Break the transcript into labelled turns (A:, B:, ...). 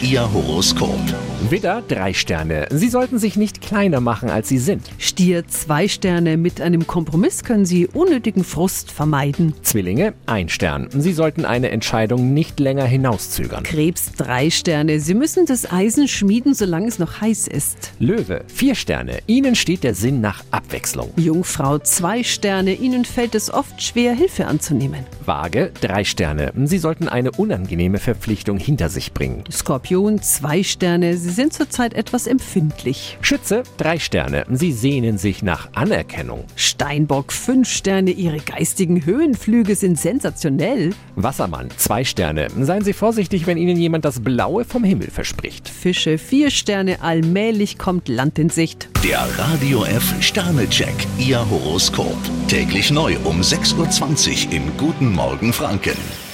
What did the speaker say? A: Ihr Horoskop.
B: Widder, drei Sterne. Sie sollten sich nicht kleiner machen, als sie sind.
C: Stier zwei Sterne. Mit einem Kompromiss können Sie unnötigen Frust vermeiden.
B: Zwillinge, ein Stern. Sie sollten eine Entscheidung nicht länger hinauszögern.
C: Krebs drei Sterne. Sie müssen das Eisen schmieden, solange es noch heiß ist.
B: Löwe, vier Sterne. Ihnen steht der Sinn nach Abwechslung.
C: Jungfrau zwei Sterne. Ihnen fällt es oft schwer, Hilfe anzunehmen.
B: Waage, drei Sterne. Sie sollten eine unangenehme Verpflichtung hinter sich bringen.
C: Skorpion zwei Sterne. Sie sind zurzeit etwas empfindlich.
B: Schütze, drei Sterne. Sie sehnen sich nach Anerkennung.
C: Steinbock fünf Sterne. Ihre geistigen Höhenflüge sind sensationell.
B: Wassermann, zwei Sterne. Seien Sie vorsichtig, wenn Ihnen jemand das Blaue vom Himmel verspricht.
C: Fische vier Sterne. Allmählich kommt Land in Sicht.
A: Der Radio F Sternecheck, Ihr Horoskop. Täglich neu um 6.20 Uhr im Guten Morgen Franken.